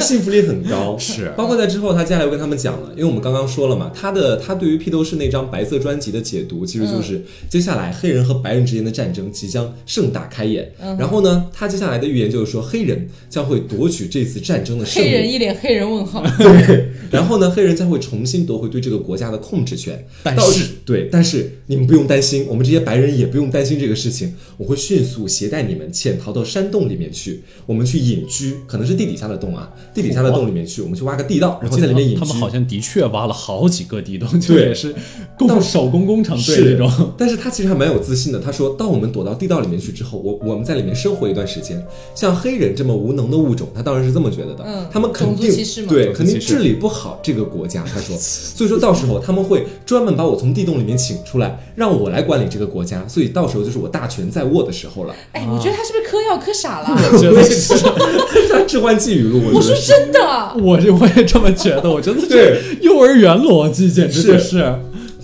幸福力很高，是包括在之后，他接下来又跟他们讲了，因为我们刚刚说了嘛，他的他对于披头士那张白色专辑的解读，其实就是、嗯接下来黑人和白人之间的战争即将盛大开演。嗯然后呢，他接下来的预言就是说，黑人将会夺取这次战争的胜黑人利。一脸黑人问号。 [laughs] 对，然后呢，黑人将会重新夺回对这个国家的控制权。但到是对，但是你们不用担心，我们这些白人也不用担心这个事情。我会迅速携带你们潜逃到山洞里面去，我们去隐居，可能是地底下的洞啊，地底下的洞里面去，我们去挖个地道，然后在里面隐居。他们好像的确挖了好几个地洞，就对也是工手工工程队那 [laughs] 种。， [laughs] 但是他其实还蛮有自信的。他说，当我们躲到地道里面去之后，我我们在里面生活一段时间，像黑人这么无能的物种，他当然是这么觉得的。嗯他们肯种定族歧视嘛对，种族肯定歧视治理不好这个国家。他 [laughs] 说，所以说到时候他们会专门把我从地洞里面请出来，让我来管理这个国家。所以到时候就是我大权在握的时候了。哎，我觉得他是不是嗑药嗑傻了？ [laughs] 我觉得是， [laughs] 他置换寄语录，我我觉说得是。真的，啊我这我也这么觉得，我觉得对这幼儿园逻辑简直就是。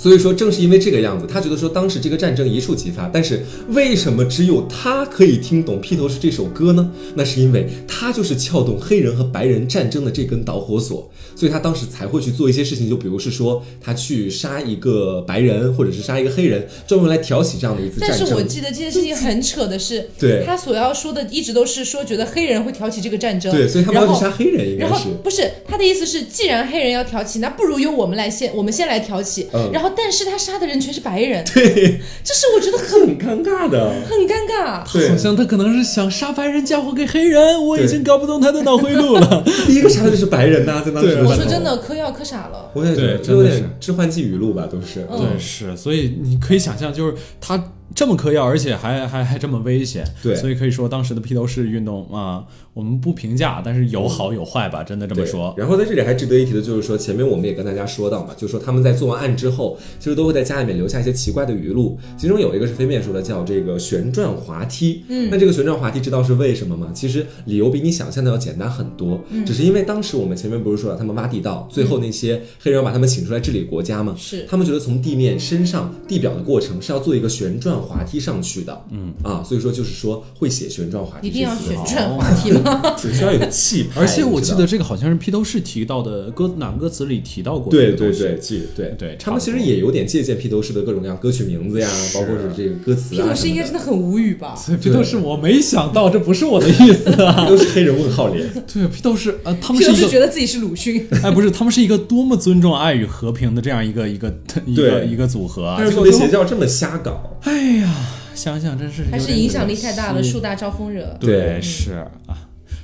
所以说，正是因为这个样子，他觉得说当时这个战争一触即发。但是为什么只有他可以听懂《披头士》这首歌呢？那是因为他就是撬动黑人和白人战争的这根导火索，所以他当时才会去做一些事情，就比如是说他去杀一个白人，或者是杀一个黑人，专门来挑起这样的一次但战是我争。记得这件事情很扯的是， [laughs] 对他所要说的一直都是说觉得黑人会挑起这个战争，对，所以他们然要后去杀黑人，应该然后是。不是他的意思是，既然黑人要挑起，那不如由我们来先，我们先来挑起。嗯然后，但是他杀的人全是白人，对， [laughs] 这是我觉得很 [laughs] 很尴尬嗯的。很尴尬。对好，像他可能是想杀白人嫁祸给黑人，我对已经搞不懂他的脑回路了。第一个杀的就是白人呐、在当时对的我时说候真，的，嗑药嗑傻了。我也觉得对真有的点是置换寄语录吧，都是。嗯对，是，所以你可以想象，就是他这么嗑药，而且还还还这么危险，对所以可以说当时的披头士运动啊、我们不评价，但是有好有坏吧，真的这么对，说。然后在这里还值得一提的就是说，前面我们也跟大家说到嘛，就是说他们在做完案之后，其实都会在家里面留下一些奇怪的语录，其中有一个是飞面说的，叫这个旋转滑梯。嗯，那这个旋转滑梯知道是为什么吗？其实理由比你想象的要简单很多，只是因为当时我们前面不是说了，他们挖地道，最后那些黑人要把他们请出来治理国家嘛，是他们觉得从地面升上地表的过程是要做一个旋转滑梯上去的。嗯啊，所以说就是说会写旋转滑梯一这定要四个旋字，转滑梯吗？只需要有个气派，而且我你知记道得这个好像是披头士提到的歌，哪个歌词里提到过？对对对，，记对对他们差其不多实也有点借鉴披头士的各种各样歌曲名字呀，包括是这个歌词披啊什么头 [laughs] 的。士应该真的很无语吧？所以披头士我没想到，这不是我的意思啊。 [laughs] 都是黑人问号 [laughs] 脸，对，披头士啊，他们披是头一士个觉得自己是鲁迅，哎，不是，他们是一个多么尊重爱与和平的这样一个一个一个对一个组合啊但！是作为邪教这么瞎搞，哎呀，想想真是还有是点影可响力太大了，惜树大招风惹。对是啊。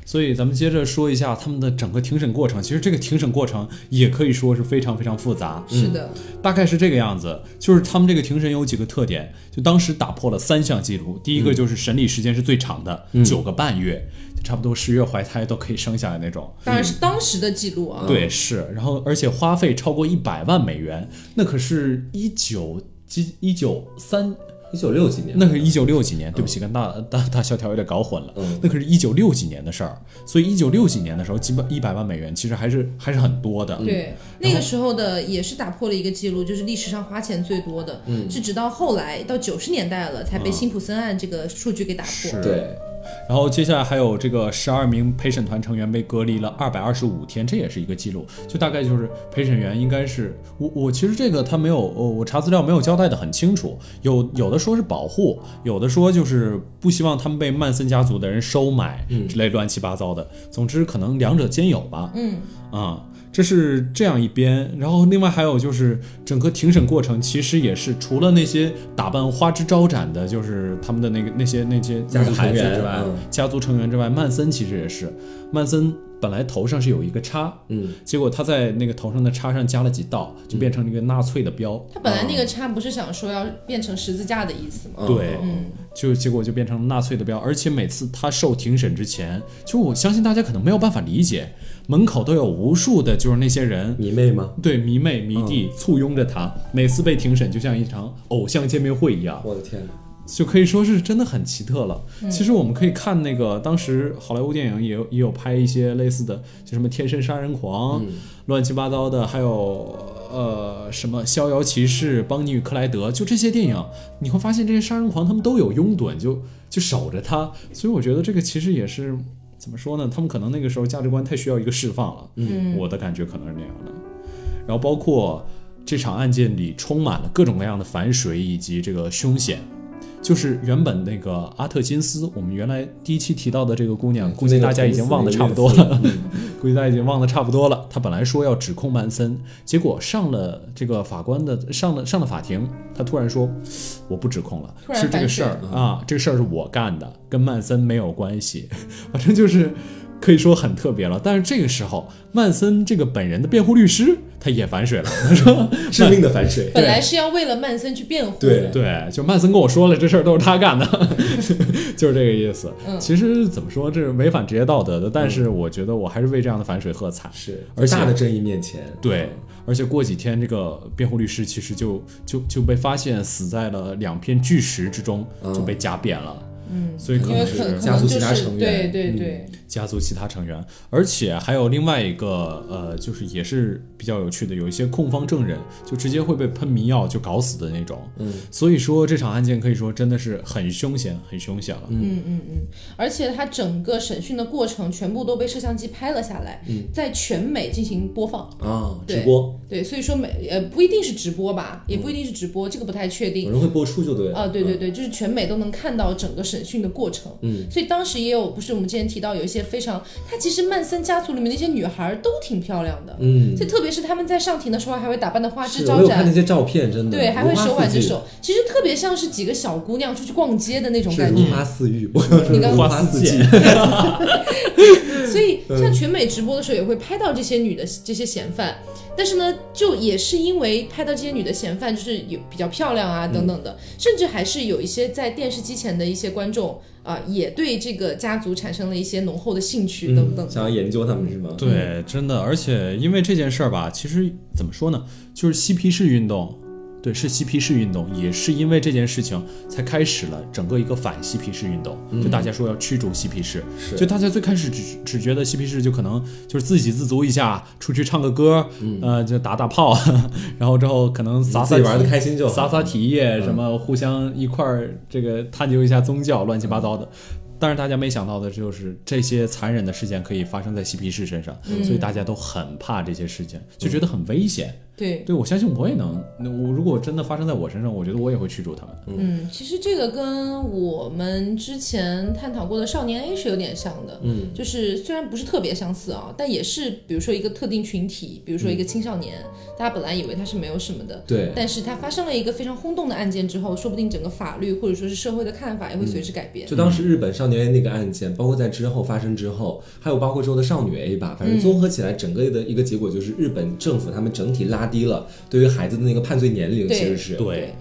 所以咱们接着说一下他们的整个庭审过程。其实这个庭审过程也可以说是非常非常复杂，是的，嗯大概是这个样子。就是他们这个庭审有几个特点，就当时打破了三项记录。第一个就是审理时间是最长的，九、个半月，就差不多十月怀胎都可以生下来那种。当然是当时的记录啊。对，是。然后而且花费超过一百万美元，那可是一九几一九三一九六几年，那可是一九六几年，对不起，跟大大大萧条有点搞混了。嗯那可是一九六几年的事儿，所以一九六几年的时候，几百一百万美元其实还是还是很多的。嗯对，那个时候的也是打破了一个记录，就是历史上花钱最多的，嗯是直到后来到九十年代了，才被辛普森案这个数据给打破。对，然后接下来还有这个十二名陪审团成员被隔离了二百二十五天，这也是一个记录。就大概就是陪审员应该是我我其实这个他没有，呃我查资料没有交代的很清楚。有有的说是保护，有的说就是不希望他们被曼森家族的人收买之类乱七八糟的。总之可能两者兼有吧。嗯，啊、这是这样一边，然后另外还有就是整个庭审过程，其实也是除了那些打扮花枝招展的，就是他们的那个那些那些家那族个孩子成员之外，嗯家族成员之外，曼森其实也是，曼森本来头上是有一个叉，嗯，结果他在那个头上的叉上加了几道，就变成了一个纳粹的标，他本来那个叉不是想说要变成十字架的意思吗？嗯对嗯，就结果就变成纳粹的标，而且每次他受庭审之前，就我相信大家可能没有办法理解，门口都有无数的就是那些人。迷妹吗？对迷妹迷弟簇拥着他，每次被庭审就像一场偶像见面会一样，我的天哪，就可以说是真的很奇特了。其实我们可以看那个当时好莱坞电影也有也有拍一些类似的，就什么《天生杀人狂》乱七八糟的，还有呃什么《逍遥骑士》《邦尼与克莱德》，就这些电影，你会发现这些杀人狂他们都有拥趸，就就守着他。所以我觉得这个其实也是怎么说呢？他们可能那个时候价值观太需要一个释放了。嗯我的感觉可能是那样的。然后包括这场案件里充满了各种各样的反水以及这个凶险。就是原本那个阿特金斯，我们原来第一期提到的这个姑娘，估计大家已经忘得差不多了。嗯估计大家已经忘得差不多了。他本来说要指控曼森，结果上了这个法官的上了上了法庭，他突然说我不指控了，突然是这个反事水儿啊，这个事儿是我干的，跟曼森没有关系。反正就是可以说很特别了。但是这个时候，曼森这个本人的辩护律师他也反水了，他说致命的反水。本来是要为了曼森去辩护对的，对，就曼森跟我说了，这事儿都是他 [laughs] 干的，就是这个意思。嗯其实怎么说，这是违反职业道德的，但是我觉得我还是为这样的反水喝彩。 [laughs] 是，而且大的正义面前，对，嗯而且过几天这个辩护律师其实就就就被发现死在了两片巨石之中，就被夹扁了。嗯，所以可因为能是可可家族能其就他是成对员嗯对对，家族其他成员，而且还有另外一个呃，就是也是比较有趣的，有一些控方证人就直接会被喷迷药就搞死的那种。嗯，所以说这场案件可以说真的是很凶险，很凶险了。嗯嗯嗯，而且他整个审讯的过程全部都被摄像机拍了下来，嗯在全美进行播放。啊，直对播，对，所以说美呃不一定是直播吧，也不一定是直播，这个不太确定有。人会播出就对了。啊，对对对，就是全美都能看到整个审讯的过程。嗯，所以当时也有，不是我们之前提到有一些非常，她其实曼森家族里面那些女孩都挺漂亮的。嗯，所以特别是她们在上庭的时候，还会打扮的花啊枝是招我有看那展，些照片，真的对，还会如花手挽似着锦手，其实特别像是几个小姑娘出去逛街的那种是感如觉。花似 [laughs] 玉，我要说你刚如花嗯似如锦，所以像全美直播的时候也会拍到这些女的这些嫌犯，但是呢，就也是因为拍到这些女的嫌犯就是有比较漂亮啊等等的，甚至还是有一些在电视机前的一些观众啊、也对这个家族产生了一些浓厚的兴趣等等。想要研究他们是吗？对，真的，而且因为这件事儿吧，其实怎么说呢，就是嬉皮士运动，对，是嬉皮士运动，也是因为这件事情才开始了整个一个反嬉皮士运动，就大家说要驱逐嬉皮士，嗯是就大家最开始只只觉得嬉皮士就可能就是自给自足一下，出去唱个歌，呃，就打打炮， [laughs] 然后之后可能撒嗯自撒己玩的体开心就撒好。撒体液，什么互相一块儿这个探究一下宗教，乱七八糟的。但是大家没想到的就是，这些残忍的事件可以发生在嬉皮士身上，所以大家都很怕这些事情，就觉得很危险。对，对我相信我也能，那我如果真的发生在我身上，我觉得我也会驱逐他们。嗯，其实这个跟我们之前探讨过的少年 A 是有点像的，嗯，就是虽然不是特别相似啊，但也是比如说一个特定群体，比如说一个青少年，大家本来以为他是没有什么的，对但是它发生了一个非常轰动的案件之后，说不定整个法律或者说是社会的看法也会随之改变。就当时日本少年 A 那个案件，包括在之后发生之后，还有包括之后的少女 A 吧，反嗯正综合起来，整个的一个结果就是日本政府他们整体拉低了对于孩子的那个判罪年龄，对其实是对，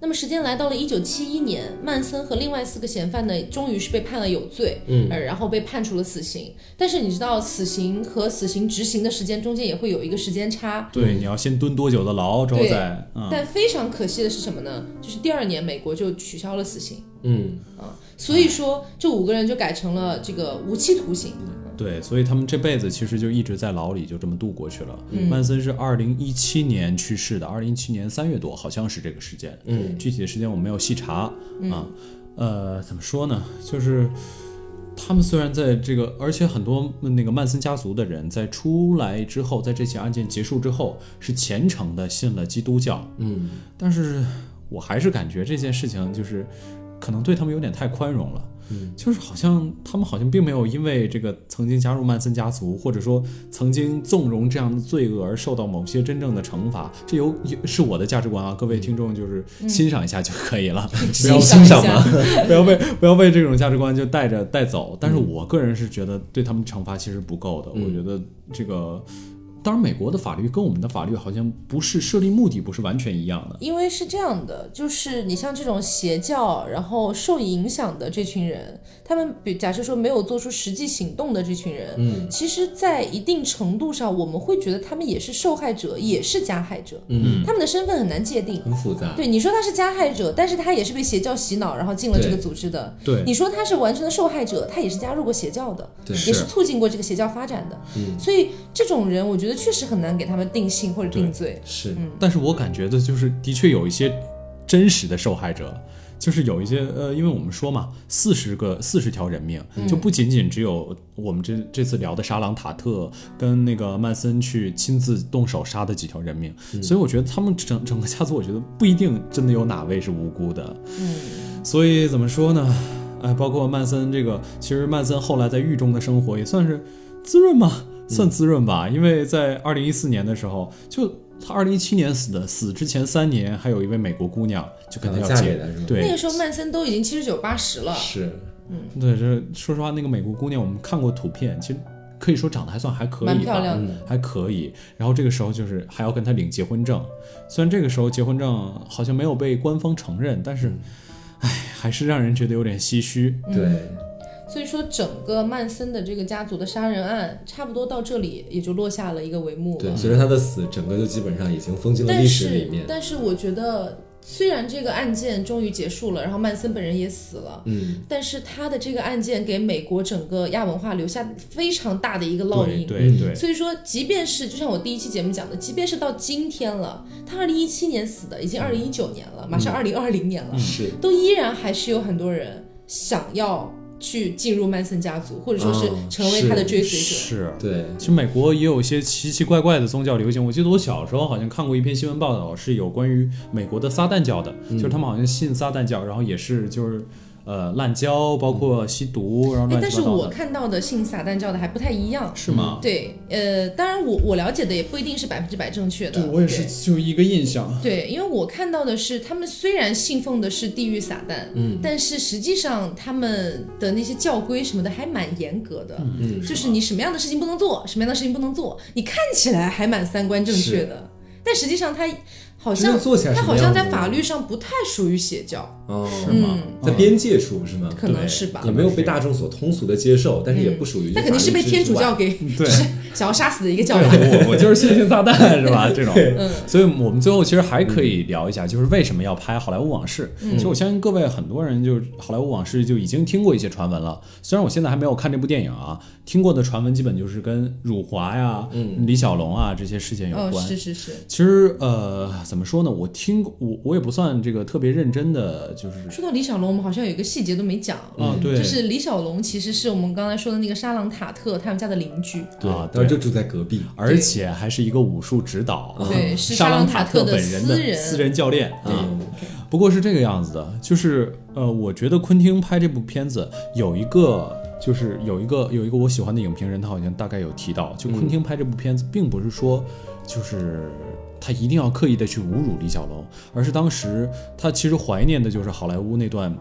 那么时间来到了一九七一年，曼森和另外四个嫌犯呢，终于是被判了有罪，嗯，呃，然后被判处了死刑。但是你知道，死刑和死刑执行的时间中间也会有一个时间差。对，你要先蹲多久的牢之后对再，嗯，但非常可惜的是什么呢？就是第二年美国就取消了死刑，嗯，所以说这五个人就改成了这个无期徒刑。对，所以他们这辈子其实就一直在牢里就这么度过去了。曼森是二零一七年去世的，二零一七年三月多，好像是这个时间。嗯，具体的时间我没有细查、啊。呃，怎么说呢？就是他们虽然在这个，而且很多那个曼森家族的人在出来之后，在这起案件结束之后，是虔诚的信了基督教。嗯，但是我还是感觉这件事情就是可能对他们有点太宽容了。就是好像他们好像并没有因为这个曾经加入曼森家族，或者说曾经纵容这样的罪恶而受到某些真正的惩罚。这有有是我的价值观啊，各位听众就是欣赏一下就可以了，不要嗯 [laughs] 欣赏一欣赏吗下， [laughs] 不要被不要被这种价值观就带着带走。但是我个人是觉得对他们惩罚其实不够的，我觉得这个。当然，美国的法律跟我们的法律好像不是设立目的不是完全一样的。因为是这样的，就是你像这种邪教，然后受影响的这群人，他们比假设说没有做出实际行动的这群人，嗯，其实，在一定程度上，我们会觉得他们也是受害者，也是加害者，嗯，他们的身份很难界定。很复杂。对，你说他是加害者，但是他也是被邪教洗脑，然后进了这个对组织的。对你说他是完全的受害者，他也是加入过邪教的，对也是是促进过这个邪教发展的。嗯，所以这种人，我觉得确实很难给他们定性或者定罪。是，但是我感觉的就是，的确有一些真实的受害者，就是有一些呃，因为我们说嘛，四十个四十条人命，就不仅仅只有我们这这次聊的沙朗塔特跟那个曼森去亲自动手杀的几条人命，所以我觉得他们整整个家族，我觉得不一定真的有哪位是无辜的。嗯，所以怎么说呢？哎，包括曼森这个，其实曼森后来在狱中的生活也算是。滋润吗？算滋润吧，因为在二零一四年的时候，就他二零一七年死的，死之前三年还有一位美国姑娘就嗯跟他要嫁给结，他是吗？那对个时候曼森都已经七十九八十了，是，对，这说实话，那个美国姑娘我们看过图片，其实可以说长得还算还可以吧，嗯蛮漂亮的。还可以。然后这个时候就是还要跟他领结婚证，虽然这个时候结婚证好像没有被官方承认，但嗯是，唉，还是让人觉得有点唏嘘。对，所以说，整个曼森的这个家族的杀人案，差不多到这里也就落下了一个帷幕了。对，随着他的死，整个就基本上已经封进了但历史里是面，。但是我觉得，虽然这个案件终于结束了，然后曼森本人也死了，嗯，但是他的这个案件给美国整个亚文化留下非常大的一个烙对印。嗯对对，所以说，即便是就像我第一期节目讲的，即便是到今天了，他二零一七年死的，已经二零一九年了，马嗯上二零二零年了，是，都依然还是有很多人想要去进入曼森家族，或者说是嗯成为他的是追随者。是。对，其实美国也有一些奇奇怪怪的宗教流行。我记得我小时候好像看过一篇新闻报道，是有关于美国的撒旦教的，嗯就是他们好像信撒旦教，然后也是就是呃滥交，包括吸毒，然后哎，乱但七是八糟我的。看到的信撒旦教的还不太一样。是吗？对，呃，当然我我了解的也不一定是百分之百正嗯确的。对就一个印象。对，因为我看到的是，他们虽然信奉的是地狱撒旦，嗯，但是实际上他们的那些教规什么的还蛮严格的，嗯就是你什么样的事情不能做，什么样的事情不能做，你看起来还蛮三观正确的，但实际上他好真像的做起来他什么好像样在子法律上不太属于邪教，哦，是吗？在边界处是吗？嗯可能是吧嗯也。没有被大众所通俗的接受，但是也不属于那肯定是被天啊主 [laughs] 教给对就是 [laughs] 想要杀死的一个教派。对，我我就是信心撒 [laughs] 旦是吧？这种，嗯所以我们最后其实还可以聊一下，就是为什么要拍《好莱坞往事》。嗯其实我相信各位很多人就是《好莱坞往事》就已经听过一些传闻了，虽然我现在还没有看这部电影啊，听过的传闻基本就是跟辱华呀、李小龙啊这些事件有 [laughs] 哦，关。是是是，其实，呃，怎么说呢？我听过我我也不算这个特别认真的，就是说到李小龙，我们好像有一个细节都没讲，啊，对，就是李小龙其实是我们刚才说的那个沙朗塔特他们家的邻居，对啊，当对然就住在隔壁。而且还是一个武术指导，对啊是沙沙朗朗塔塔特特的本人私的人私人教练啊。嗯，不过是这个样子的，就是呃，我觉得昆汀拍这部片子有一个，就是有一个有一个我喜欢的影评人，他好像大概有提到，就昆汀拍这部片子，并不是说就是他一定要刻意的去侮辱李小龙，而是当时他其实怀念的就是好莱坞那段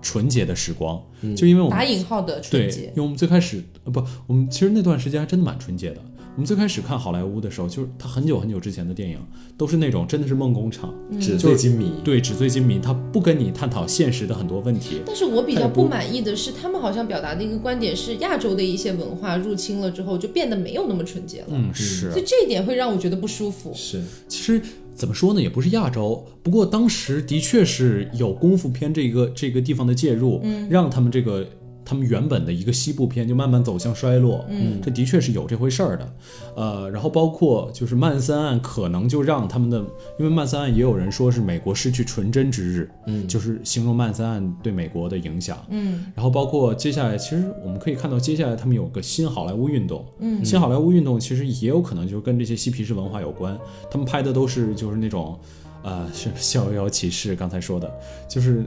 纯洁的时光，就因为我们打引号的对纯，洁因。为我们最开始呃不，我们其实那段时间还真的蛮纯洁的。我们最开始看好莱坞的时候，就是他很久很久之前的电影，都是那种真的是梦工厂，纸醉金迷。对纸醉金迷，他不跟你探讨现实的很多问题。但是我比他较也不不满意的是，他们好像表达的一个观点是，亚洲的一些文化入侵了之后，就变得没有那么纯洁了，嗯，是所以这一点会让我觉得不舒服。是，其实怎么说呢，也不是亚洲，不过当时的确是有功夫片这个这个地方的介入，嗯，让他们这个他们原本的一个西部片就慢慢走向衰落，嗯，这的确是有这回事儿的，呃，然后包括就是曼森案，可能就让他们的，因为曼森案也有人说是美国失去纯真之日，嗯，就是形容曼森案对美国的影响，嗯，然后包括接下来，其实我们可以看到，接下来他们有个新好莱坞运动。嗯，新好莱坞运动其实也有可能就是跟这些嬉皮士文化有关。他们拍的都是就是那种，呃，是《逍遥骑士》刚才说的，就是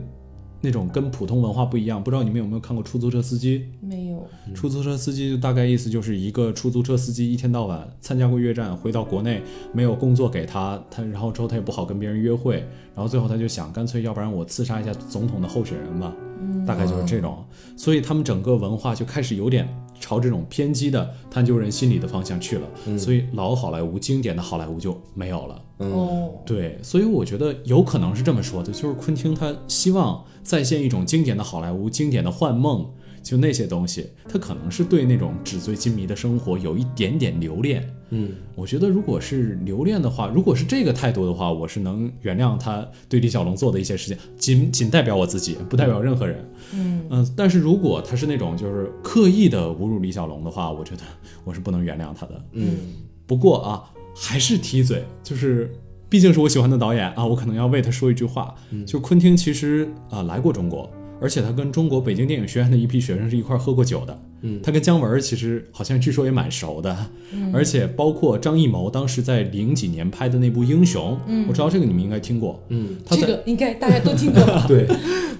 那种跟普通文化不一样。不知道你们有没有看过《出租车司机》？没有，出租车司机就大概意思就是一个出租车司机一天到晚参加过越战，回到国内没有工作给他，他然后之后他也不好跟别人约会，然后最后他就想，干脆要不然我刺杀一下总统的候选人吧，大概就是这种。所以他们整个文化就开始有点朝这种偏激的探究人心理的方向去了，所以老好莱坞经典的好莱坞就没有了。哦，对，所以我觉得有可能是这么说的，就是昆汀他希望再现一种经典的好莱坞、经典的幻梦，就那些东西，他可能是对那种纸醉金迷的生活有一点点留恋。嗯，我觉得如果是留恋的话，如果是这个态度的话，我是能原谅他对李小龙做的一些事情，仅仅代表我自己，不代表任何人。嗯但是如果他是那种就是刻意的侮辱李小龙的话，我觉得我是不能原谅他的。嗯，不过啊，还是踢嘴，就是嗯毕竟是我喜欢的导演啊，我可能要为他说一句话。就昆汀其实啊、来过中国，而且他跟中国北京电影学院的一批学生是一块儿喝过酒的。嗯，他跟姜文儿其实好像据说也蛮熟的，嗯而且包括张艺谋当时在零几年拍的那部《英雄》，我知道这个你们应该听过。嗯，他嗯这在个应该大家都听过， [laughs] 对，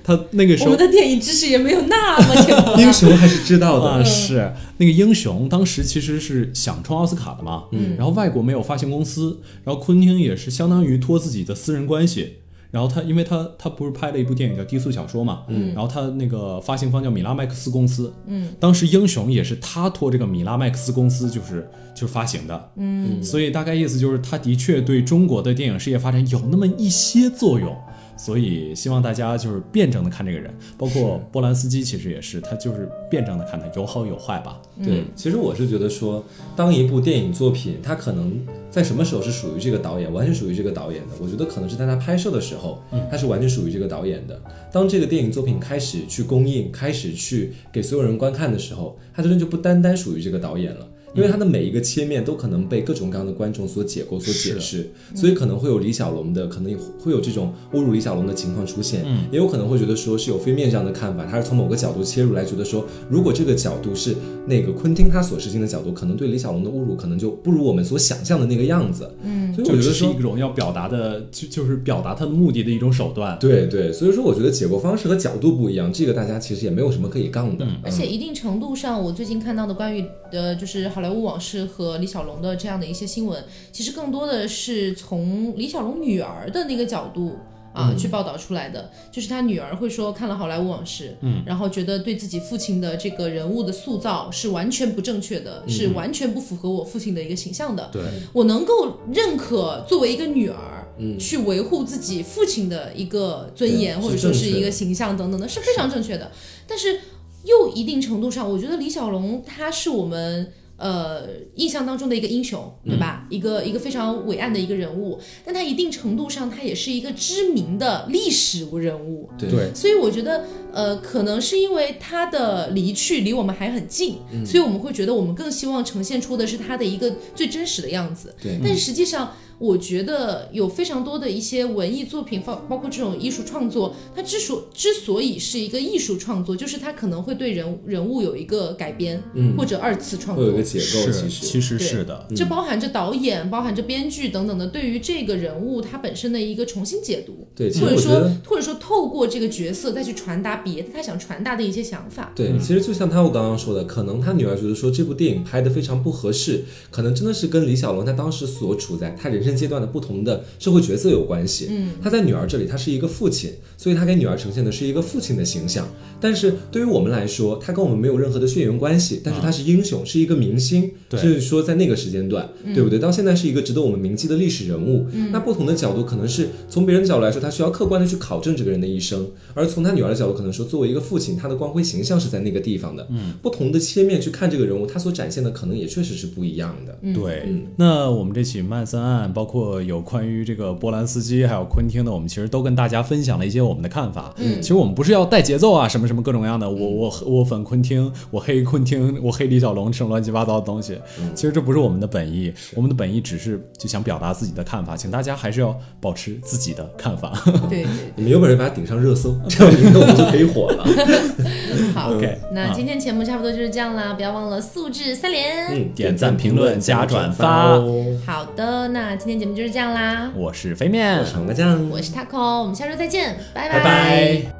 他那个时我候们的电影知识也没有那么浅薄英雄还是知道的。啊，是那个英雄，当时其实是想冲奥斯卡的嘛，嗯，然后外国没有发行公司，然后昆汀也是相当于托自己的私人关系，然后他因为他他不是拍了一部电影叫《低速小说》嘛，嗯，然后他那个发行方叫米拉麦克斯公司，嗯，当时英雄也是他托这个米拉麦克斯公司就是就是发行的，嗯，所以大概意思就是他的确对中国的电影事业发展有那么一些作用。所以希望大家就是辩证的看这个人，包括波兰斯基其实也是，他就是辩证的看他有好有坏吧。对，其实我是觉得说，当一部电影作品，它可能在什么时候是属于这个导演，完全属于这个导演的。我觉得可能是在他拍摄的时候，嗯它是完全属于这个导演的。当这个电影作品开始去公映，开始去给所有人观看的时候，它真的就不单单属于这个导演了。因为它的每一个切面都可能被各种各样的观众所解构、所解释，所以可能会有李小龙的，可能会有这种侮辱李小龙的情况出现，也有可能会觉得说是有非面上的看法，他是从某个角度切入来，觉得说如果这个角度是那个昆汀他所实行的角度，可能对李小龙的侮辱可能就不如我们所想象的那个样子，嗯，所以就我觉只得是说一种要表达的，就就是表达他的目的的一种手段。对对，所以说我觉得解构方式和角度不一样，这个大家其实也没有什么可以杠的，嗯而且一定程度上，我最近看到的关于呃，就是好莱坞往事和李小龙的这样的一些新闻，其实更多的是从李小龙女儿的那个角度。啊，去报道出来的就是他女儿会说看了好莱坞往事，嗯，然后觉得对自己父亲的这个人物的塑造是完全不正确的，是完全不符合我父亲的一个形象的。对，我能够认可作为一个女儿，嗯，去维护自己父亲的一个尊严，对或者说是是正确的一个形象等等的，是非常正确的。但是又一定程度上，我觉得李小龙他是我们。呃，印象当中的一个英雄，嗯对吧？一个一个非常伟岸的一个人物，但他一定程度上，他也是一个知名的历史人物。对对所以我觉得，呃，可能是因为他的离去离我们还很近，嗯所以我们会觉得我们更希望呈现出的是他的一个最真实的样子。对但实际上，我觉得有非常多的一些文艺作品，包包括这种艺术创作，它之所之所以是一个艺术创作，就是它可能会对人人物有一个改编，或者二次嗯创会作有一。个嗯解构，是其实其实对是的，这包含着导演，包含着编剧等等的，对于这个人物他本身的一个重新解读，对，其实或者我觉得说。或者说透过这个角色再去传达别的他想传达的一些 [laughs] 想法。对，其实就像他我刚刚说的，可能他女儿觉得说这部电影拍的非常不合适，可能真的是跟李小龙他当时所处在他人生阶段的不同的社会角色有关系。嗯，他在女儿这里他是一个父亲，所以他给女儿呈现的是一个父亲的形象。但是对于我们来说，他跟我们没有任何的血缘关系，但是他是英雄，是一个明星，对嗯是说在那个时间段，对不对？到现在是一个值得我们铭记的历史人物。那不同的角度，可能是从别人的角度来说，他需要客观的去考证这个人的一生；而从他女儿的角度，可能说作为一个父亲，他的光辉形象是在那个地方的。嗯，不同的切面去看这个人物，他所展现的可能也确实是不一样的。对。那我们这起曼森案，包括有关于这个波兰斯基还有昆汀的，我们其实都跟大家分享了一些我们的看法。嗯，其实我们不是要带节奏啊，什么什么各种各样的，我我我粉昆汀，我黑昆汀， [laughs] 我黑李小龙这种乱七八糟的东西。其实这嗯不是我们的本意，我们的本意只是就想表达自己的看法，请大家还是要保持自己的看法。对对你们有本事把他顶上 [laughs] 热搜，这样以后我们就可以火了。对，好。嗯 OK，那啊今天节目差不多就是这样啦，不要忘了素质三连。嗯， [laughs] 点赞评论加转发哦。好的，那今天节目就是这样 [laughs] 啦。我是飞面，我是王个酱，我是 Taco，我们下周再见，拜拜拜